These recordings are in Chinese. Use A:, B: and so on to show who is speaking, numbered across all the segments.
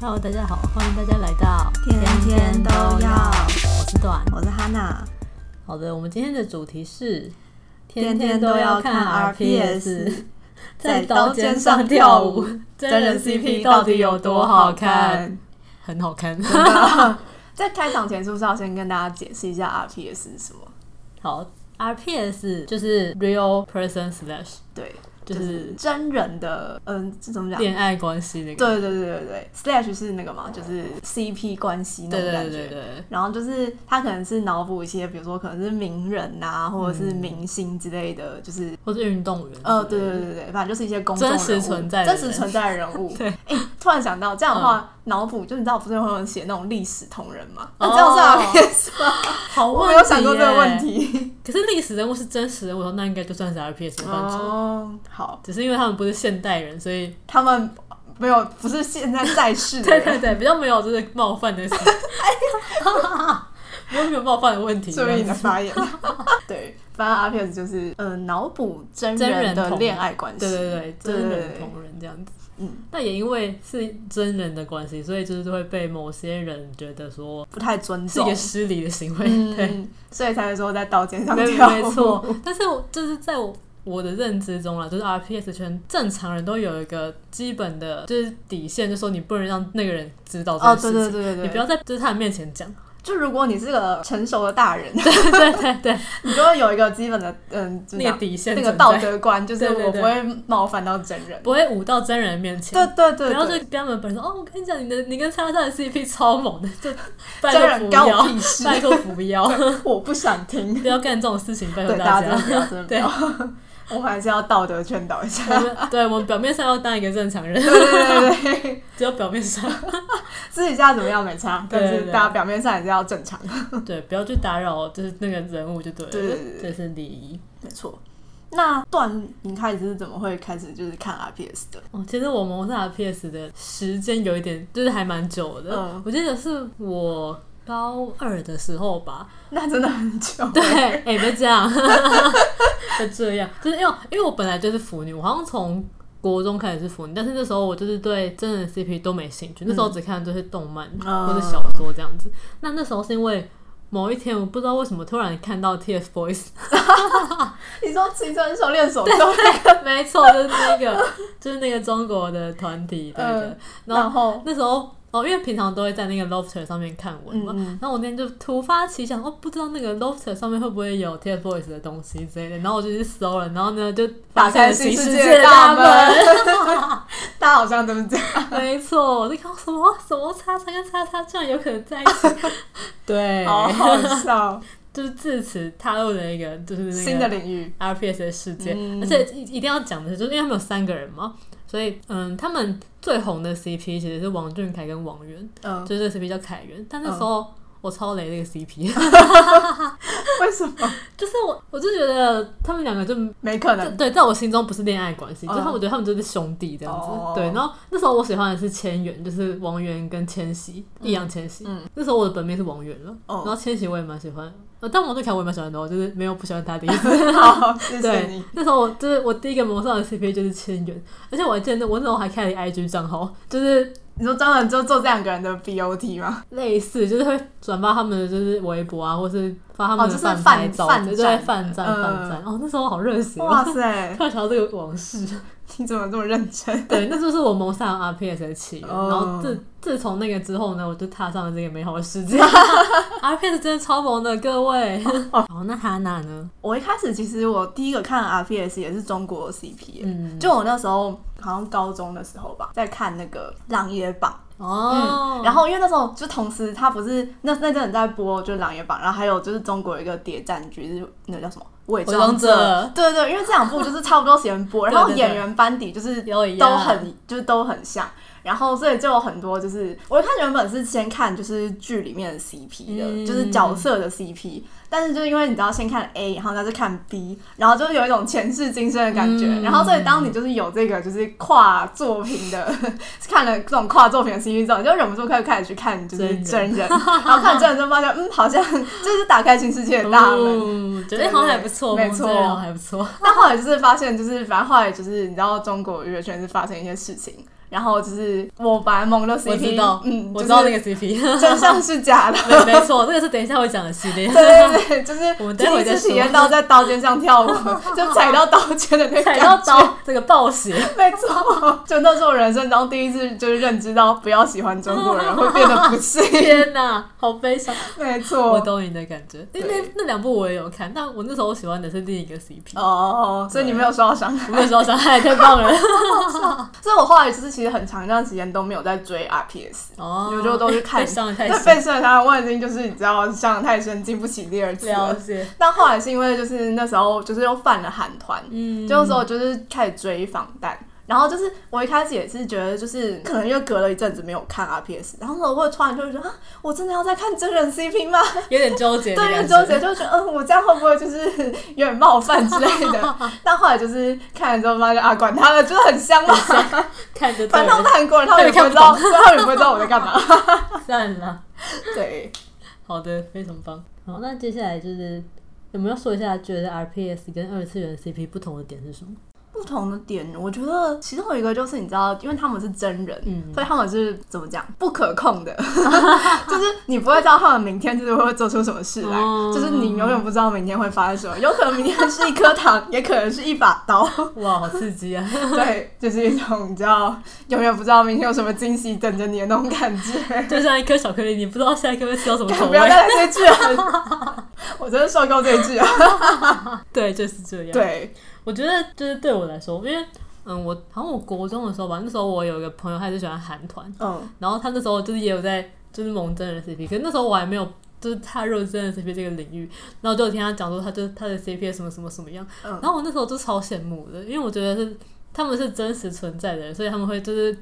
A: Hello，大家好，欢迎大家来到
B: 天天都要
A: 我是段。
B: 我是哈娜，
A: 好的，我们今天的主题是
B: 天天都要看 RPS，在 刀尖上跳舞，
A: 真
B: 真人 CP 到底有多好 看？？
A: 很好 看。
B: 在开场前是不是要先跟大家解释一下 RPS 是什么？
A: 好，RPS 就是 Real Person Slash
B: 对，
A: 就
B: 就是是真人的，嗯，这怎么讲？
A: 恋爱关系那个。
B: 对对对对对，slash 是那个嘛，就是 CP 关系那
A: 对
B: 种
A: 对
B: 感觉。
A: 对对对，
B: 然后就是他可能是脑补一些，比如说可能是名人啊，或者是明星之类的，就是
A: 或是运动员。
B: 呃，对对对对，反正就是一些公众
A: 真实
B: 人物
A: 存在的
B: 真
A: 人
B: 实存在的人 物。
A: 对嗯
B: 哎、突然想到这样的话，脑补、就你知道，不是会有人写那种历史同人嘛？那
A: 哦
B: 这样是 RPS 吗？
A: 好问
B: 我
A: 题
B: 没有想过这个问
A: 耶。
B: 题。
A: 可是历史人物是真实人物的话，那应该就算是 RPS 的范畴。
B: 哦，好，
A: 只是因为他们不是现代人，所以
B: 他们没有，不是现在在世 的
A: 对
B: 人，
A: 对对，比较没有就是冒犯的事，没 有没有冒犯的问题。
B: 哎注意你的发言。 对，反正 RPS 就是呃，脑补真
A: 真人
B: 人的
A: 同
B: 恋爱关系。
A: 对对对，
B: 对
A: 真
B: 对
A: 人
B: 对
A: 同人这样子。
B: 嗯，
A: 但也因为是真人的关系，所以就是会被某些人觉得说
B: 不太尊
A: 是一
B: 重
A: 个。失礼的行为。对，
B: 嗯，所以才会说在刀尖上
A: 没
B: 跳舞。
A: 没错。但是我就是在我。我的认知中啊啦，就是 RPS 圈正常人都有一个基本的，就是底线，就说你不能让那个人知道这
B: 哦，
A: 件事
B: 对
A: 情，
B: 对对对对，
A: 你不要在就是他的面前讲。
B: 就如果你是个成熟的大人，
A: 对对对，
B: 你就会有一个基本的嗯，就
A: 那个底线
B: 那
A: 存在，
B: 个道德观，就是
A: 对对
B: 我
A: 对
B: 不会冒犯到真人。
A: 不会舞到真人面前。
B: 对对对，
A: 不要
B: 对
A: 就跟他们本身说哦，我跟你讲，你的你跟叉叉的 CP 超猛的， 就拜
B: 真
A: 托
B: 人
A: 不
B: 干我
A: 要，
B: 屁 事，
A: 拜托不要，
B: 我不想 听。
A: 不要干这种事情，拜托
B: 对，大
A: 家
B: 家。真的不要，真的 不要。我们还是要道德劝导 一下。
A: 我们对我们表面上要当一个正常人，
B: 对对对对，
A: 只有表面上，
B: 私底下怎么样没差，
A: 对
B: 但
A: 对对
B: 是大家表面上还是要正常。
A: 对，不要去打扰，就是那个人物就对了，
B: 对对对
A: 这是礼仪。
B: 没错。那段你开始是怎么会开始就是看 RPS 的？
A: 哦，其实我们上 PS 的时间有一点，就是还蛮久的，
B: 嗯
A: 我记得是我高二的时候吧，
B: 那真的很久。
A: 对，哎、别这样，就这样，就是因为因为我本来就是腐女，我好像从国中开始是腐女，但是那时候我就是对真人 CP 都没兴趣，那时候只看就是动漫
B: 嗯
A: 或者小说这样子。那那时候是因为某一天我不知道为什么突然看到 TFBOYS，
B: 你说《青春修炼手册》那 个，
A: 没错，就是那个就是那个中国的团体对的，
B: 嗯
A: 然后
B: 然后
A: 那时候哦，因为平常都会在那个 Lofter 上面看文嘛，
B: 嗯嗯
A: 然后我那天就突发奇想，哦，不知道那个 Lofter 上面会不会有 TFBOYS 的东西之类的，然后我就去搜了，然后呢就开
B: 打开
A: 了
B: 新
A: 世
B: 世
A: 界
B: 界
A: 大
B: 大门， 大家好像都是这样。
A: 没错，我就看到什么哦什么叉叉跟叉叉居然有可能在一起， 对，
B: 好好 笑，
A: 就是自此踏入了一个就是那个
B: 新的领域。
A: RPS 的世界，
B: 嗯
A: 而且一一定要讲的是，就是因为他们有三个人嘛，所以嗯，他们最红的 CP 其实是王俊凯跟王源，
B: 嗯，
A: 就是这个 CP 叫凯源，但那时候我超雷这个 CP，、
B: 为什么？
A: 就是我我就觉得他们两个就
B: 没可
A: 就
B: 能。
A: 嗯对，在我心中不是恋爱关系，
B: 嗯
A: 就是他们我觉得他们就是兄弟这样子。
B: 哦
A: 对，然后那时候我喜欢的是千源，就是王源跟千玺，易烊千玺。
B: 嗯
A: 那时候我的本命是王源了，
B: 哦
A: 然后千玺我也蛮喜欢，呃，但王俊凯我也蛮喜欢的哦，就是没有不喜欢他的意思。
B: 好，谢谢
A: 对
B: 你。，
A: 那时候我就是我第一个蒙上的 CP 就是千源，而且我还记得我那时候还开了一个 IG 账号，就是
B: 你说专门就做这两个人的 BOT 吗？
A: 类似，就是会转发他们的就是微博啊，或是发他们
B: 哦
A: 的
B: 就是
A: 饭
B: 饭
A: 拍照，
B: 饭
A: 对对，
B: 站
A: 饭站
B: 嗯
A: 饭站。哦，那时候我好热血哦，
B: 哇塞
A: 突，然想到这个往事。
B: 你怎么这么认真？
A: 对，那就是我谋杀 RPS 的起源。
B: 哦
A: 然后自自从那个之后呢，我就踏上了这个美好的世界。RPS 真的超萌的，各位。 哦，那哈娜呢？
B: 我一开始其实我第一个看 RPS 也是中国 CP，、
A: 嗯，
B: 就我那时候好像高中的时候吧，在看那个《琅琊榜》。
A: 哦
B: 嗯，，然后因为那时候就同时，他不是那那阵子在播就是《琅琊榜》，然后还有就是中国有一个谍战剧，就是那个叫什么《伪装
A: 伪装者
B: 对对，因为这两部就是差不多时间播，然后
A: 对对对
B: 演员班底就是
A: 都一样
B: 都很就是都很像，然后所以就有很多就是我一看原本是先看就是剧里面的 CP 的，
A: 嗯
B: 就是角色的 CP，但是就是因为你知道先看 A，然后再去看 B，然后就是有一种前世今生的感觉，
A: 嗯
B: 然后所以当你就是有这个就是跨作品的 看了这种跨作品的 CP 之后，你就忍不住开始开始去看就是
A: 真人
B: 真人，然后看真人就发现嗯，好像就是打开新世界的大门。
A: 哦觉
B: 对
A: 得
B: 对
A: 好像还不错，
B: 没
A: 萌
B: 错
A: 真人还不错。
B: 但后来就是发现，就是反正后来就是你知道中国娱乐圈是发生一些事情，然后就是我白萌的 CP，
A: 我知道，
B: 嗯，
A: 我知道那
B: 个
A: 个 CP，
B: 真相是假 的。
A: 没没错，这个是等一下会讲的系列，
B: 对对对，就是
A: 我们待
B: 第
A: 会
B: 一
A: 再
B: 次
A: 说
B: 体验到在刀尖 上跳舞，就踩到刀尖的那个
A: 踩到
B: 感觉
A: 刀，这个暴血，
B: 没错，就那是我人生中第一次就是认知到不要喜欢中国人会变得不 适应。
A: 天哪，好悲伤。
B: 没
A: 我
B: 错，
A: 懂你的感觉，那
B: 哦对
A: 那那两部我也有看，但我那时候喜欢的是另一个 CP，、
B: 哦，所以你没有受到伤害。
A: 我那时候想太太棒了，
B: 所以我后来就是其实很长一段时间都没有在追 RPS，
A: 哦，
B: 有时候都是看
A: 被伤的太
B: 那
A: 深，
B: 被伤害我已经就是你知道伤得太深，经不起第二次
A: 了
B: 了。
A: 解，
B: 但后来是因为就是那时候就是又犯了韩团，
A: 嗯，
B: 就那时候就是开始追防弹，然后就是我一开始也是觉得，就是可能因为隔了一阵子没有看 RPS，然后我会突然就会觉得啊，我真的要再看真人 CP 吗？
A: 有点纠结，
B: 对，越纠结，就觉得嗯，我这样会不会就是有点冒犯之类 的？但后来就是看了之后发现啊，管他了，就是很香嘛，
A: 看着
B: 反
A: 对
B: 正他们
A: 了，
B: 是韩国人，他们也不会知道，对他们也不会知道我在干嘛。
A: 算了，
B: 对，
A: 好的，非常棒。好，那接下来就是我们要说一下，觉得 RPS 跟二次元 CP 不同的点是什么？
B: 不同的点，我觉得其中有一个就是你知道，因为他们是真人，
A: 嗯
B: 所以他们是怎么讲不可控 的，就是你不会知道他们明天就是会做出什么事来，
A: 哦
B: 就是你永远不知道明天会发生什么，有可能明天是一颗糖，也可能是一把 刀，
A: 哇，好刺激啊！
B: 对，就是一种你知道永远不知道明天有什么惊喜等着你的那种感觉。
A: 就像一颗巧克力，你不知道下一颗会吃到什么口
B: 不要
A: 味，
B: 再来这一句了， 我真的受够这一句了。
A: 对，就是这样。
B: 对，
A: 我觉得就是对我来说，因为嗯，我好像我国中的时候吧，那时候我有一个朋友，他就喜欢韩团，
B: 嗯，
A: 然后他那时候就是也有在就是萌真人 CP，可是那时候我还没有就是踏入真人 CP 这个领域，然后就有听他讲说他就他的 CP 什么什么什么样，
B: 嗯
A: 然后我那时候就超羡慕的，因为我觉得是他们是真实存在的人，所以他们会就是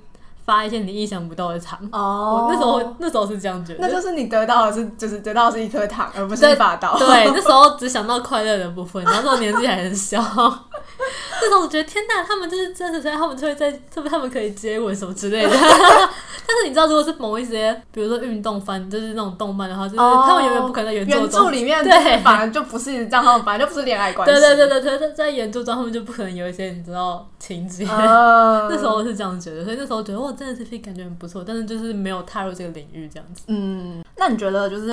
A: 发一些你意想不到的糖。
B: 哦
A: 我那时候那时候是这样觉
B: 那
A: 得。
B: 就是你得到的是，就是得到的是一颗糖，而不是
A: 对
B: 一把 刀。
A: 对，那时候只想到快乐的部分，然后那时候年纪还很小， 那时候我觉得天哪，他们就是真实存在，他们就会在，他们他们可以接吻什么之类的。 但是你知道，如果是某一些，比如说运动番，就是那种动漫的话，就是
B: 哦
A: 他们永远不可能在原作
B: 原著
A: 中。
B: 里面
A: 对
B: 就是反而就不是这样，他们本来就不是恋爱关系。
A: 对对对对对，在在原著中他们就不可能有一些你知道情节。
B: 呃，
A: 那时候是这样觉得，所以那时候觉得哇，真的是 P 感觉很不错，但是就是没有踏入这个领域这样子。
B: 嗯，那你觉得就是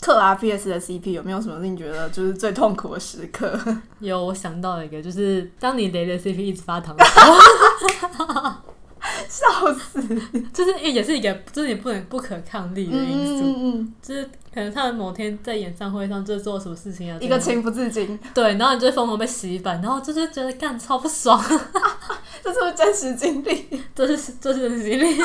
B: 克 RPS 的 CP 有没有什么令你觉得就是最痛苦的时刻？
A: 有我想到一个，就是当你雷雷 CP 一直发糖的时候，
B: 笑死！
A: 就是也是一个，就是你不能不可抗力
B: 嗯
A: 的因素，
B: 嗯
A: 就是可能他们某天在演唱会上就做什么事情啊，
B: 嗯，一个
A: 这样
B: 情不自禁，
A: 对，然后你就会疯狂被洗版，然后就是觉得干超不爽，
B: 这是不是真实经历？
A: 这是这是人经 历，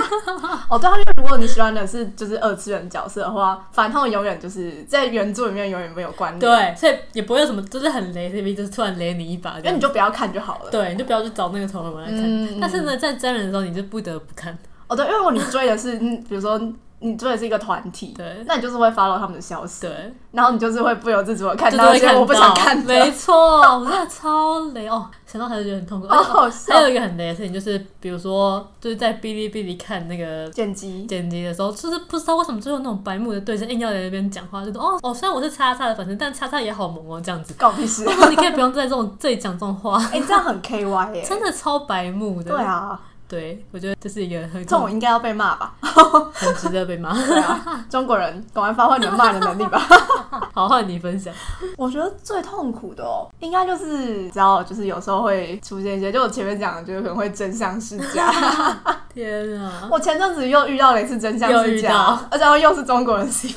B: 哦，对啊，因为如果你喜欢的是就是二次元角色的话，反正他们永远就是在原著里面永远没有关联，，
A: 对，所以也不会有什么，就是很雷 CP，就是突然雷你一把这
B: 那
A: 样
B: 哎你就不要看就好了。
A: 对，你就不要去找那个同人文来看。
B: 嗯，嗯
A: 但是，呢，在真人的时候，你就不得不看，
B: 哦对，因为如果你追的是，嗯比如说你追的是一个团体，
A: 对
B: 那你就是会 follow 他们的消息，
A: 对，
B: 然后你就是会不由自主的看
A: 就是
B: 到
A: 会
B: 一些
A: 看
B: 我不想
A: 到
B: 看的，
A: 没错，我真的超雷哦，想到还是觉得很痛苦。
B: 好
A: 而且
B: 好
A: 还
B: 哦笑。
A: 有一个很雷的事情，就是比如说，就是在哔哩哔哩看那个
B: 剪辑，
A: 剪辑的时候，就是不知道为什么就有那种白目的对象硬要在那边讲话，就是哦哦，虽然我是叉叉的粉丝，但叉叉也好萌哦这 样子。
B: 搞屁 事！
A: 我说你可以不用在这种这里讲这种 话，
B: 哎、这样很 K Y 耶、
A: 真的超白目的。
B: 对，啊，
A: 对我觉得这是一个很
B: 这种应该要被骂吧？
A: 很值得被骂。
B: 对啊，中国人赶快发挥你们骂人能力吧！
A: 好，换你分享。
B: 我觉得最痛苦的哦，应该就是你知道，就是有时候会出现一些，就我前面讲的，就是可能会真相世 家。
A: 天啊，
B: 我前阵子又遇到了一次真相
A: 又
B: 世
A: 遇到
B: 家，而且又是中国人 CP，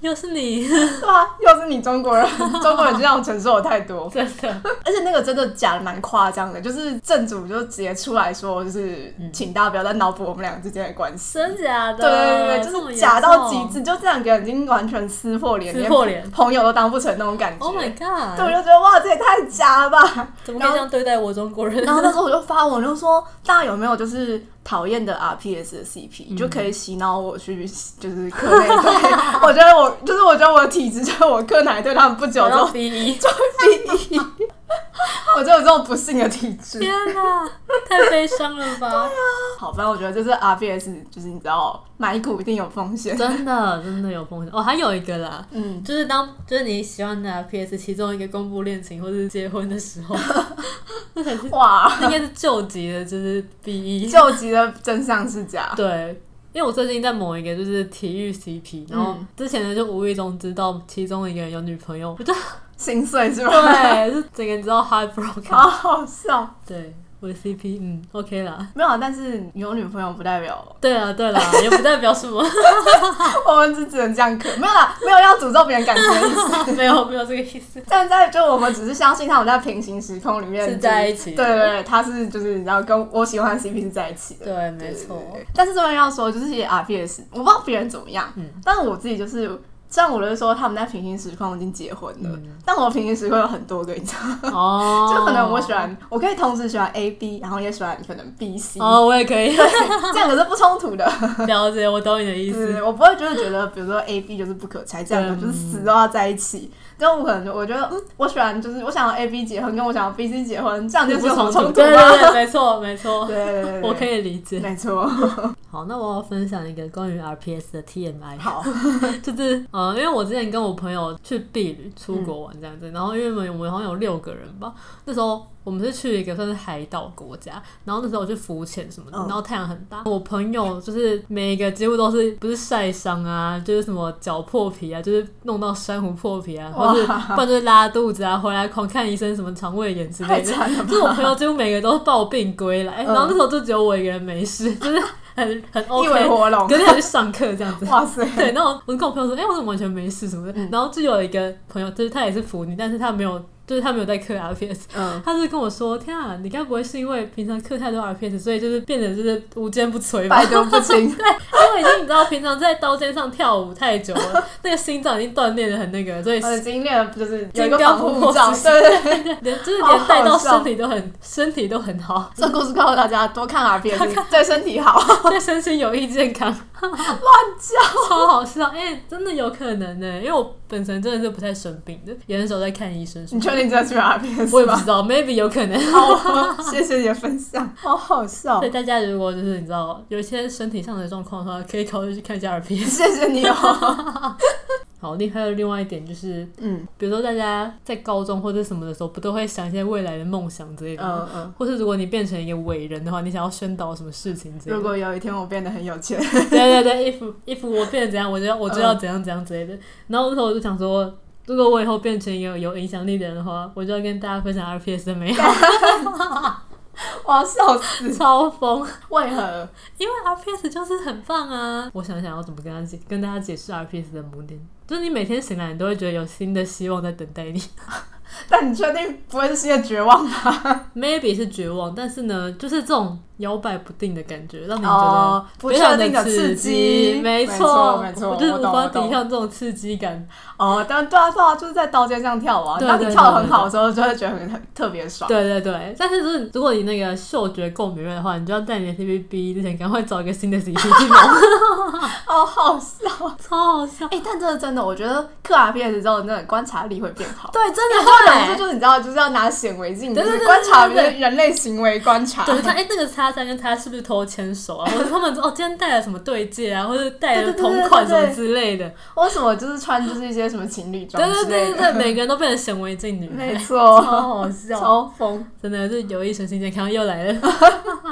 A: 又是你，
B: 对啊，又是你中国 人，中国人就让我承受的太多。
A: 真的。
B: 而且那 个真的假的蛮夸张的，就是正主就直接出来说，就是请大家不要再脑补我们俩之间的关系。
A: 真假的？
B: 对对对，
A: 这么
B: 就是啊
A: 严
B: 假到极
A: 重。
B: 致，就这两个人已经完全撕破脸，
A: 撕破脸
B: 朋友都当不成那种感觉。
A: Oh my
B: 对，我
A: god！
B: 就觉得哇，这也太假了吧！
A: 怎么可以这样对待我中国人？
B: 然后那时候我就发文，我就说大家有没有就是讨厌的 RPS 的 CP，、
A: 嗯
B: 就可以洗脑我去就是磕那一对。 我觉得我就是我觉得我的体质，就是我磕哪一对他们不久
A: 我
B: 之后
A: 到 B 一，
B: 我就有这种不幸的体质。
A: 天哪，太悲伤了
B: 啊
A: 吧！
B: 好，反正我觉得就是 RBS，就是你知道买股一定有风险。
A: 真的真的有风险。哦，还有一个啦，
B: 嗯，
A: 就是当就是你喜欢的 PS 其中一个公布恋情或是结婚的时 候，那才是
B: 哇，
A: 应该是救急的，就是 B E。
B: 救急的真相是假。
A: 对，因为我最近在某一个就是体育 CP，然后
B: 嗯
A: 之前呢就无意中知道其中一个人有女朋友， 我就
B: 心碎是吧？
A: 对，是整个人知道 high broken。
B: 好好笑，
A: 对，我的 CP，嗯，OK 啦。
B: 没有啊，但是你有女朋友不代表
A: 对啦，对啦， 也不代表什么，
B: 我们只只能这样可，没有啦，没有要诅咒别人感情 的意思。
A: 没有没有这个意思。
B: 站在就我们只是相信他们在平行时空里面
A: 是在一起
B: 对对对，他是就是你知道跟我喜欢的 CP 是在一起的。
A: 对，没错
B: 对。对 对但是这边要说，就是其实 RPS，我不知道别人怎么样，
A: 嗯
B: 但我自己就是。虽然我就是说他们在平行时空已经结婚了，
A: 嗯
B: 但我平行时空有很多个，你知道吗？
A: 哦，
B: 就可能我喜欢，我可以同时喜欢 A B，然后也喜欢可能 B C，、
A: 哦，我也可以
B: 这样可是不冲突的。
A: 了解，我懂你的 意
B: 对对
A: 思。
B: 对，我不会就是觉得，比如说 A B 就是不可拆，这样的
A: 嗯
B: 就是死都要在一起。但我可能就我觉得，嗯，我喜欢就是我想要 A B 结婚，跟我想要 B C 结 婚，这样就是
A: 不
B: 有什么
A: 突，
B: 冲突
A: 对
B: 吗？
A: 对对，没错没错，
B: 对对对，对
A: 我可，以理解。
B: 没错。
A: 好，那我要分享一个关于 RPS 的 TMI。
B: 好，
A: 就是呃，因为我之前跟我朋友去避旅出国玩这样
B: 嗯
A: 子，然后因为我们我们好像有六个人吧，那时候我们是去一个算是海岛国家，然后那时候我去浮潜什么的，
B: 嗯
A: 然后太阳很大，我朋友就是每一个几乎都是不是晒伤啊，就是什么脚破皮啊，就是弄到珊瑚破皮啊，
B: 哇
A: 或是不然就是拉肚子啊，回来狂看医生什么肠胃炎之类
B: 太
A: 的，
B: 惨了吧
A: 就是我朋友几乎每个都抱病归来，
B: 嗯
A: 然后那时候就只有我一个人没事， 就是很很
B: 一尾
A: OK，
B: 活龙
A: 隔，天还去上课这样子。
B: 哇嗯塞，
A: 对，然后我就跟我朋友说，哎、我怎么完全没事什么的。然后就有一个朋友，就是他也是腐女，但是他没有，就是他没有在嗑 RPS，
B: 嗯，
A: 他就跟我说，天啊，你该不会是因为平常嗑太多 RPS，所以就是变得就是无坚不摧吧？
B: 百毒 不侵。
A: 因为已经你知道，平常在刀尖上跳舞太久 了，那个心脏已经锻炼的很那个，所以
B: 我的经历了就是有一
A: 金
B: 个
A: 刚
B: 防
A: 不
B: 护
A: 破
B: 罩，
A: 之
B: 对对对。
A: 连就是
B: 好
A: 连带到
B: 好笑
A: 身体都很身体都很好，
B: 这故事告诉大家，多看 R B S 对身体好。
A: 对身心有益健 康， 超好笑！哎、真的有可能呢、因为我本身真的是不太生病的，也很少在看医生什
B: 你
A: 么的。
B: 确定真的去 R B
A: 我
B: S
A: 也不
B: 吗
A: 知？道，maybe 有可 能。
B: 好，谢谢你的分享， 好好笑
A: 所以。大家如果就是你知道有一些身体上的状况的话，可以考虑去看一下 RPS。
B: 谢谢你哦。
A: 好，另还有另外一点就是，
B: 嗯
A: 比如说大家在高中或者什么的时候，不都会想一些未来的梦想之类的吗？
B: 嗯嗯。
A: 或是如果你变成一个伟人的话，你想要宣导什么事情之类
B: 如
A: 的？
B: 果有一天我变得很有 钱，
A: 对对对，if if 我变成怎样，我就要我就要
B: 嗯
A: 怎样怎样之类的。然后那时候我就想说，如果我以后变成一个有影响力的人的话，我就要跟大家分享 RPS 的美好，
B: 我要笑死！
A: 超疯。
B: 为何？
A: 因为 RPS 就是很棒啊！我想想要怎么跟他解跟大家解释 RPS 的盲点，就是你每天醒来，你都会觉得有新的希望在等待你
B: 但你确定不会是新的绝望吗？
A: ，maybe 是绝望，但是呢，就是这种摇摆不定的感觉，
B: 嗯
A: 让你觉得
B: 哦不
A: 非
B: 确
A: 常
B: 定
A: 地刺
B: 刺激，
A: 没
B: 错，没错，
A: 我就是
B: 我
A: 无
B: 懂，
A: 法
B: 我
A: 抵
B: 懂。
A: 抗这种刺激感。
B: 哦，但对啊，对啊，就是在刀尖上跳舞啊。
A: 对
B: 当你
A: 对
B: 跳
A: 对
B: 的很
A: 对
B: 好的时候，就会觉得很很特别爽。
A: 对对对，但是就是如果你那个嗅觉够敏锐的话，你就要在你的 CPB 之前赶快找一个新的 CP 去弄，
B: 哦，好笑。
A: 超好笑。
B: 哎，但这是真的，我觉得嗑 R P S 之后，那观察力会变好。
A: 对，真
B: 你会忍不住，就是你知道，就是要拿显微镜，就
A: 对对
B: 是
A: 对
B: 观察
A: 对
B: 别
A: 对对
B: 人人类行为观察。
A: 对，看哎、那个叉三跟叉是不是偷牵手啊？或者他们哦，今天戴了什么对戒啊，或者戴了
B: 对对对对
A: 同
B: 对
A: 款什么
B: 对
A: 之类的。
B: 为什么就是穿就是一些什么情侣装
A: 对对
B: 之类
A: 对对
B: 的？
A: 对，每个人都变成显微镜女孩
B: 没，错，
A: 超好笑，
B: 超疯。
A: 真的是有益身心健康又来了。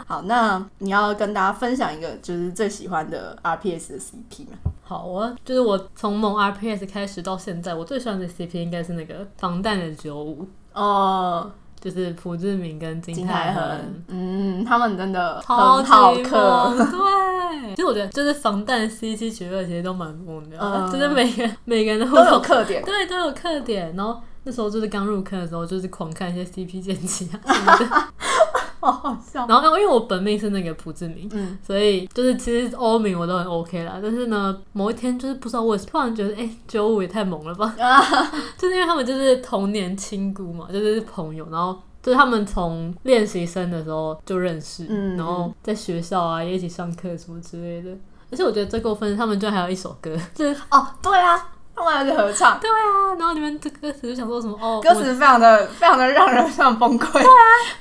B: 好，那你要跟大家分享一个就是最喜欢的 RPS 的 CP 吗？
A: 好，我就是我从萌 RPS 开始到现在，我最喜欢的 CP 应该是那个防弹的九五，
B: 哦，
A: 就是朴志明跟金
B: 金
A: 泰
B: 泰
A: 亨
B: 亨。，嗯，他们真的
A: 超
B: 很
A: 级
B: 好
A: 萌
B: 嗑，
A: 对。其实我觉得就是防弹 C 七绝二其实都蛮萌的，
B: 嗯
A: 就是每个 每个人都
B: 都有特点。
A: 对，都有课点。然后那时候就是刚入坑的时候，就是狂看一些 CP 剪辑啊什么的。
B: 好好笑。
A: 然后因 为因为我本命是那个朴志明，
B: 嗯，
A: 所以就是其实欧明我都很 OK 啦。但是呢，某一天就是不知道为什么，突然觉得哎九五也太萌了吧，
B: 啊
A: 就是因为他们就是童年亲姑嘛，就是朋友，然后。就是他们从练习生的时候就认识，
B: 嗯
A: 然后在学校啊也一 起上课什么之类的。而且我觉得最过分，他们居然还有一首歌，就是
B: 哦，对啊，他们还是合唱，
A: 对啊，然后你们这歌词就想说什么哦，
B: 歌
A: 我
B: 词非常的非常的让人非常崩溃，对啊，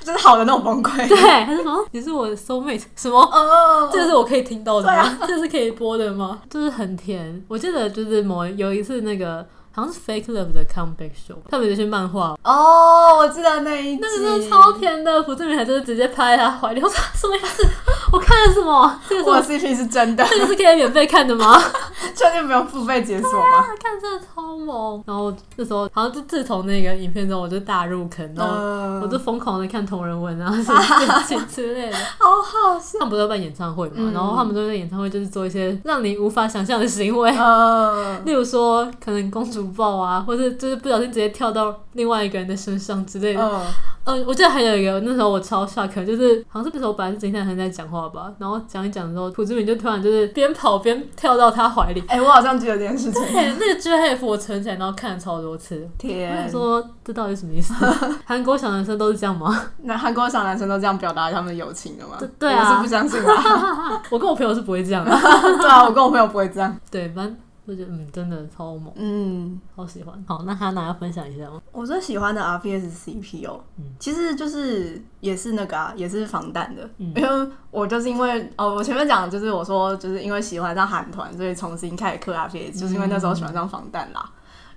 B: 就是好的那种崩
A: 对，
B: 溃，
A: 还是什么你是我的 soul mate 什么？
B: 哦，
A: 这是我可以听到的吗？
B: 对
A: 这是可以播的吗？就是很甜。我记得就是某有一次那个好像是 Fake Love 的 comeback show，他们有些漫画，
B: 哦，我记得那一集，
A: 那个真的超甜的。朴正明还就是直接拍他怀里，我说什么意思？ 我看了什么？这个
B: 我
A: 是
B: 的 CP 是真的，
A: 这个是可以免费看的吗？
B: 确定不用付费解锁吗？
A: 他看真的超猛。然后那时候好像就自从那个影片中，我就大入坑，然后
B: 嗯，
A: 我就疯狂的看同人文啊什么剧情之类的。
B: 好好笑，
A: 他们不是要办演唱会嘛，
B: 嗯
A: 然后他们都在演唱会就是做一些让你无法想象的行为。
B: 嗯，
A: 例如说，可能公主抱啊，或者就是不小心直接跳到另外一个人的身上之类的。
B: 嗯，
A: 嗯、我记得还有一个，那时候我超 shock，就是好像是那时候本来是金泰亨在讲话吧，然后讲一讲之后，朴志敏就突然就是边跑边跳到他怀里。
B: 哎，我好像记得这件事情，
A: 哎、那个 GIF 我存起来，然后看了超多次。我想
B: 天，
A: 说，这到底什么意思？ 韩国小男生都是这样吗？
B: 那韩国小男生都这样表达他们的友情了吗
A: 对？对啊
B: 我是不相信的，
A: 我跟我朋友是不会这样的。
B: 对啊，我跟我朋友不会这样，
A: 对，反正我觉得嗯，真的超猛，
B: 嗯。
A: 超喜欢。好，那哈娜要分享一下吗？
B: 我最喜欢的 RPS CP 哦，其实就是也是那个啊，也是防弹的，因为我就是因为哦，我前面讲就是我说就是因为喜欢上韩团，所以重新开始磕 RPS，就是因为那时候喜欢上防弹啦。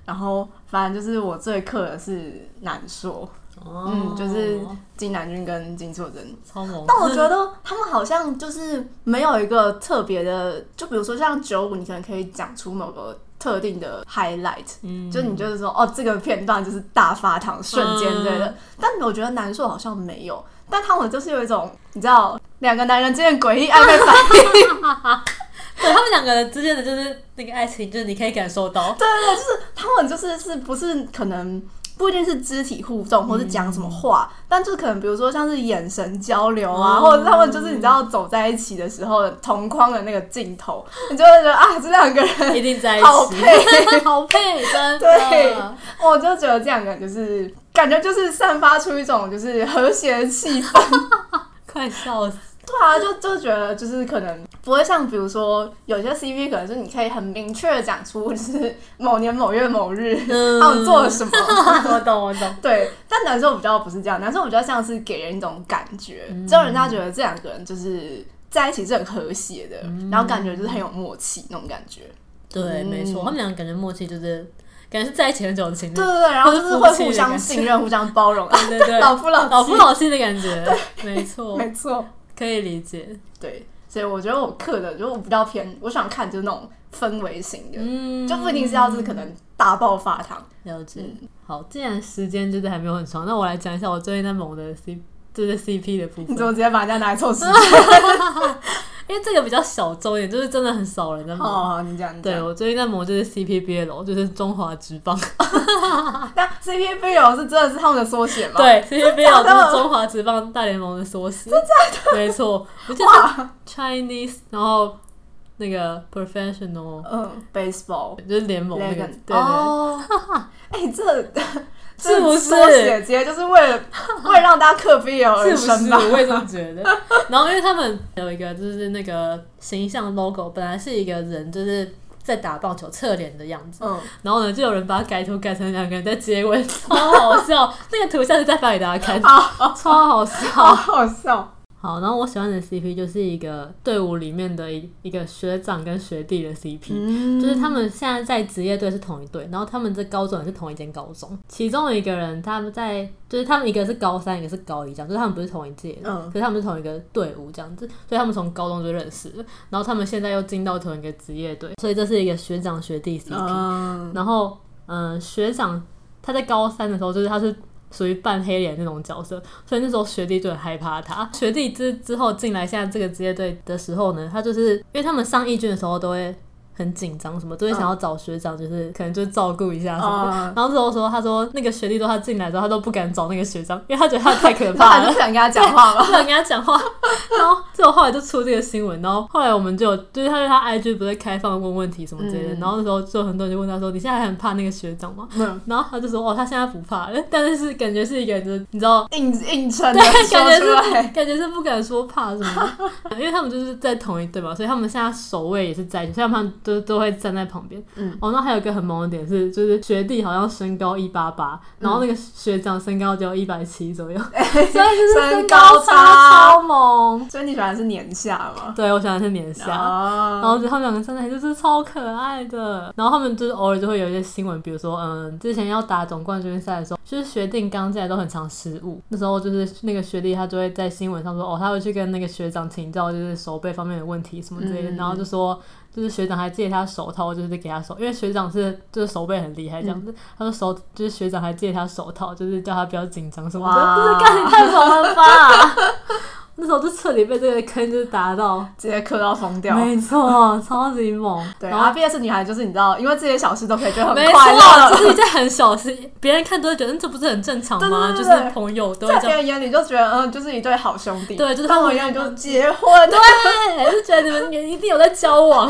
B: 然后反正就是我最磕的是难说，
A: 哦
B: 嗯，就是金南俊跟金硕珍，
A: 超猛。
B: 但我觉得他们好像就是没有一个特别的，就比如说像九五，你可能可以讲出某个特定的 highlight，、
A: 嗯
B: 就你就是说哦，这个片段就是大发糖瞬间之类的。
A: 嗯
B: 但我觉得南硕好像没有，但他们就是有一种你知道两个男人之间的诡异暧昧反应，
A: 对他们两个人之间的就是那个爱情，就是你可以感受到。
B: 对对对，就是他们就是是不是可能。不一定是肢体互动，或是讲什么话，但就是可能，比如说像是眼神交流啊，
A: 哦
B: 或者他们就是你知道走在一起的时候同框的那个镜头，你就会觉得啊，这两个人
A: 一定在一起，
B: 好配
A: 好配，真
B: 对
A: 的。
B: 我就觉得这两个人就是感觉就是散发出一种就是和谐的气氛。
A: 快笑死！
B: 对啊， 就就觉得就是可能不会像比如说有些 CV 可能是你可以很明确的讲出就是某年某月某日
A: 嗯
B: 他们做了什 么。
A: 我懂，我懂。
B: 对，但男生我比较不是这样，男生我比较像是给人一种感觉，
A: 嗯
B: 就让人家觉得这两个人就是在一起是很和谐的，
A: 嗯
B: 然后感觉就是很有默契那种感觉。
A: 对，
B: 嗯
A: 没错，他们两个感觉默契就是，感觉是在一起很久的情侣
B: 对，对对，然后就是会
A: 很
B: 互
A: 有默契的感觉
B: 相信任、互相包容，啊
A: 对对对，
B: 老夫老
A: 老
B: 妻
A: 夫老妻的感觉，没错，
B: 没错。
A: 可以理解。
B: 对，所以我觉得我刻的，如果我比较偏，我想看就是那种氛围型的，
A: 嗯，
B: 就不一定是要是可能大爆发糖。
A: 了解
B: 嗯。
A: 好，既然时间就是还没有很长，那我来讲一下我最近在猛的 C，就是 CP 的部
B: 你
A: 分
B: 怎。么直接把人家拿来凑时 间？
A: 因为这个比较小众一点，就是真的很少人在
B: 好
A: 猛。
B: 好好，你讲。你
A: 对
B: 讲。
A: 我最近在猛就是 CPBL，就是中华职 棒。
B: 啊那 CPBL 是真的是他们的缩写吗？，
A: 对，CPBL
B: 假的
A: 就是中华职棒大联盟的缩写，真的没错，我记得是 Chinese，然后那个 professional
B: 嗯，baseball
A: 就是联盟那个，
B: Legend
A: 对对，
B: 哦， 哎， 这
A: 是不
B: 这
A: 是
B: 缩写直接就是为了为了让大家刻 BL 而
A: 是不
B: 生啊
A: 是？
B: 吧？
A: 我也这么觉得。然后因为他们有一个就是那个形象 logo，本来是一个人就是在打棒球侧脸的样子，
B: 嗯，
A: 然后呢就有人把它改图改成两个人在接吻，超好笑。那个图下次再发给大家看，
B: 哦
A: 超好笑
B: 好。好笑。
A: 好，然后我喜欢的 CP 就是一个队伍里面的一一个学长跟学弟的 CP，、
B: 嗯
A: 就是他们现在在职业队是同一队，然后他们在高中也是同一间高中，其中有一个人他们在就是他们一个是高三，一个是高一，这样，就是他们不是同一届的，
B: 嗯
A: 可是他们是同一个队伍这样子，所以他们从高中就认识了，然后他们现在又进到同一个职业队，所以这是一个学长学弟 CP，、
B: 嗯，
A: 然后，嗯、学长他在高三的时候，就是他是属于半黑脸那种角色，所以那时候学弟就很害怕他。学弟之之后进来现在这个职业队的时候呢，他就是因为他们上义军的时候都会很紧张，什么都会想要找学长，就是、可能就照顾一下什么的。
B: 嗯
A: 然后之后说，他说那个学弟都他进来之后，他都不敢找那个学长，因为他觉得他太可
B: 他
A: 怕
B: 还
A: 了
B: 是。啊不想跟他讲话
A: 我
B: 吧？
A: 不想跟他讲话。然后最后后来就出这个新闻，然后后来我们就有就是他他 IG 不是开放问问题什么之类的，
B: 嗯
A: 然后那时候就很多人就问他说：“你现在还很怕那个学长吗
B: 嗯，？”
A: 然后他就说：“哦，他现在不怕了，但是是感觉是一个就是你知道。”
B: 硬硬撑的
A: 对，感
B: 说
A: 觉
B: 出
A: 是
B: 来。
A: 感觉是不敢说怕什么的，因为他们就是在同一队嘛，所以他们现在守卫也是在一起，所以他们就是都会站在旁边。
B: 嗯，
A: 哦，那还有一个很萌的点是，就是学弟好像身高一八八，
B: 嗯
A: 然后那个学长身高只有一百七左 右，所以就是
B: 身
A: 高
B: 高
A: 差
B: 差
A: 超萌。
B: 所以你喜欢是年下吗？
A: 对，我喜欢是年下。哦然
B: 啊，
A: 后就他们两个站在一起就是超可爱的，然后他们就是偶尔就会有一些新闻，比如说，嗯，之前要打总冠军赛的时候，就是学弟刚进来都很常失误，那时候就是那个学弟他就会在新闻上说，哦，他会去跟那个学长请教就是手背方面的问题什么之类的，
B: 嗯
A: 然后就说就是学长还借他手套，就是给他手，因为学长是就是手背很厉害这
B: 嗯
A: 样子，他说手就是学长还借他手套，就是叫他不要紧张什么的，
B: 哇
A: 就是干你 太猛了吧！ 那时候就彻底被这个坑就是打到。
B: 直接磕到疯掉。
A: 没错，超级猛。 然
B: 对，啊然后
A: 后
B: B S 女孩就是你知道，因为这些小事都可以觉得很
A: 没
B: 快乐，
A: 错，就是一件很小的事，别人看都会觉得，嗯，这不是很正常吗？
B: 对
A: 就
B: 对
A: 是
B: 对
A: 朋友都会
B: 在
A: 这
B: 别
A: 样，
B: 人眼里就觉得嗯，就是一对好兄弟。
A: 对就是
B: 跟我一样就结婚，
A: 对，就觉得你们你一定有在交 往，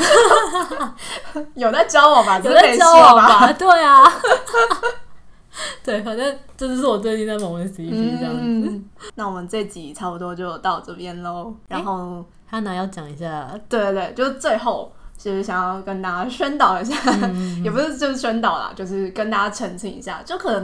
B: 有在交往吧？只
A: 有
B: 是
A: 在
B: 没
A: 交
B: 说
A: 往
B: 吧？
A: 吧？对啊。 对，反正这就是我最近在猛的 CP 这样子。
B: 嗯，那我们这集差不多就到这边喽。然后，
A: 哈娜要讲一下，
B: 对对对，就是最后就是想要跟大家宣导一下，
A: 嗯
B: 也不是就是宣导啦，就是跟大家澄清一下，就可能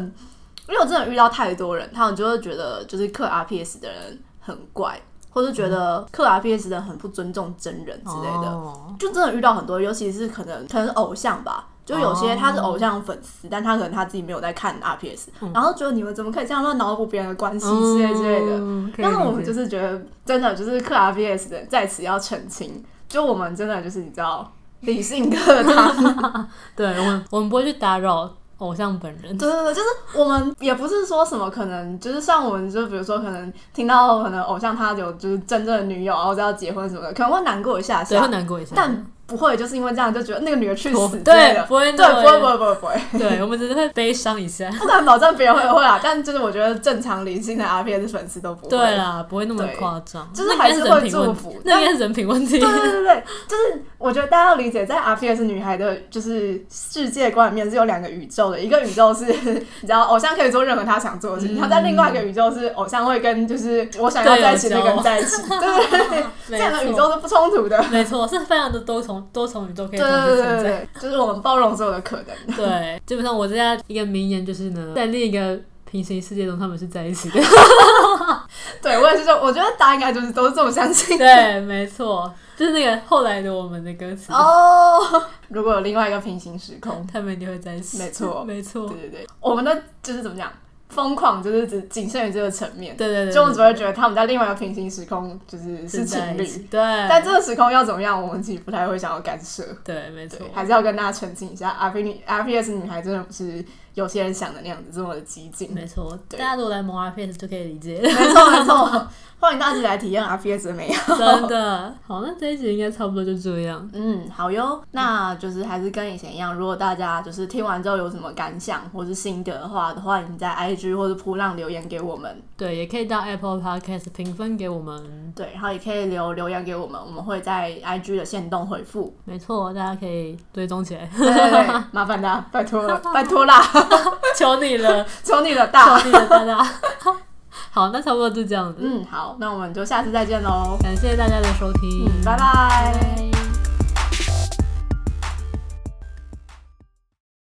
B: 因为我真的遇到太多人，他们就会觉得就是刻 RPS 的人很怪，或是觉得刻 RPS 的人很不尊重真人之类的。
A: 哦
B: 就真的遇到很多，尤其是可能可能是偶像吧，就有些他是偶像粉丝但他可能他自己没有在看 RPS，、然
A: 嗯
B: 后觉得你们怎么可以这样乱脑补别人的关系之类之类的。
A: 嗯可以
B: 但是我们
A: 理解
B: 就是觉得，真的就是克 RPS 的人在此要澄清，就我们真的就是你知道理性 课堂，
A: 对我们我们不会去打扰偶像本人。
B: 对对对，就是我们也不是说什么可能，就是像我们就比如说可能听到可能偶像他有就是真正的女友，然后要结婚什么的，可能会难过一下
A: 对，
B: 下
A: 会，难过一下。
B: 啊但不会就是因为这样就觉得那个女的去
A: 我
B: 死之类
A: 对
B: 的，
A: 不会
B: 对，
A: 那么
B: 不会不会不会 不会，
A: 对，我们只是会悲伤一下。
B: 不敢保证别人会会啊，但就是我觉得正常理性的 RPS 粉丝都不会。
A: 对啦，不会那么
B: 对
A: 夸张，
B: 就是
A: 那应
B: 还
A: 该
B: 是
A: 人
B: 会
A: 品
B: 祝
A: 问
B: 福
A: 题，那应该是人品问题
B: 对。啊对对对，就是我觉得大家要理解，在 RPS 女孩的就是世界观里面是有两个宇宙的，一个宇宙是 你知道偶像可以做任何他想做的事情，
A: 嗯
B: 然后在另外一个宇宙是偶像会跟就是我想要在一起那个人在一起，对对对，这
A: 没
B: 两个宇
A: 错，
B: 宙是不冲突的。
A: 没错，是非常的多重多重宇宙可以
B: 对
A: 同
B: 对
A: 时
B: 对对
A: 存在。
B: 对，就是我们包容所有的可能。
A: 对，基本上我家一个名言就是 呢，呃在另一个平行世界中他们是在一起的。
B: 对我也是这，我觉得大家应该就是都是这么相信。
A: 对，没错，就是那个后来的我们的歌词，
B: 哦， 如果有另外一个平行时空，
A: 他们一定会在一起。
B: 没错
A: 没错，
B: 对对对，我们的就是怎么讲，疯狂就是只仅限于这个层面，
A: 对对对，
B: 就我们只会觉得他们在另外一个平行时空就是
A: 对
B: 是情
A: 在一起
B: 侣，
A: 对，
B: 但这个时空要怎么样，我们自己不太会想要干涉。
A: 对，没错
B: 对，，还是要跟大家澄清一下，R P 女 R P S 女孩真的不是有些人想的那样子这么的激进。
A: 没错，大
B: 对
A: 家如果来萌 RPS 就可以理解。
B: 没错没错，欢迎大家一起来体验 R P S 的美好。
A: 真的。好，那这一集应该差不多就这样。
B: 嗯，好哟。那就是还是跟以前一样，如果大家就是听完之后有什么感想或是心得的话，欢迎在 I G 或是扑浪留言给我们。
A: 对，也可以到 Apple Podcast 评分给我们。
B: 对，然后也可以留留言给我们，我们会在 IG 的线动回复。
A: 没错，大家可以追踪起来，
B: 对对对，麻烦大家，拜托了，拜托啦，
A: 求你了，
B: 求你了，大。
A: 求你了，大家。好，
B: 嗯
A: 那差不多就这样子。
B: 嗯，好，那我们就下次再见喽。
A: 感谢大家的收听，
B: 嗯，拜拜。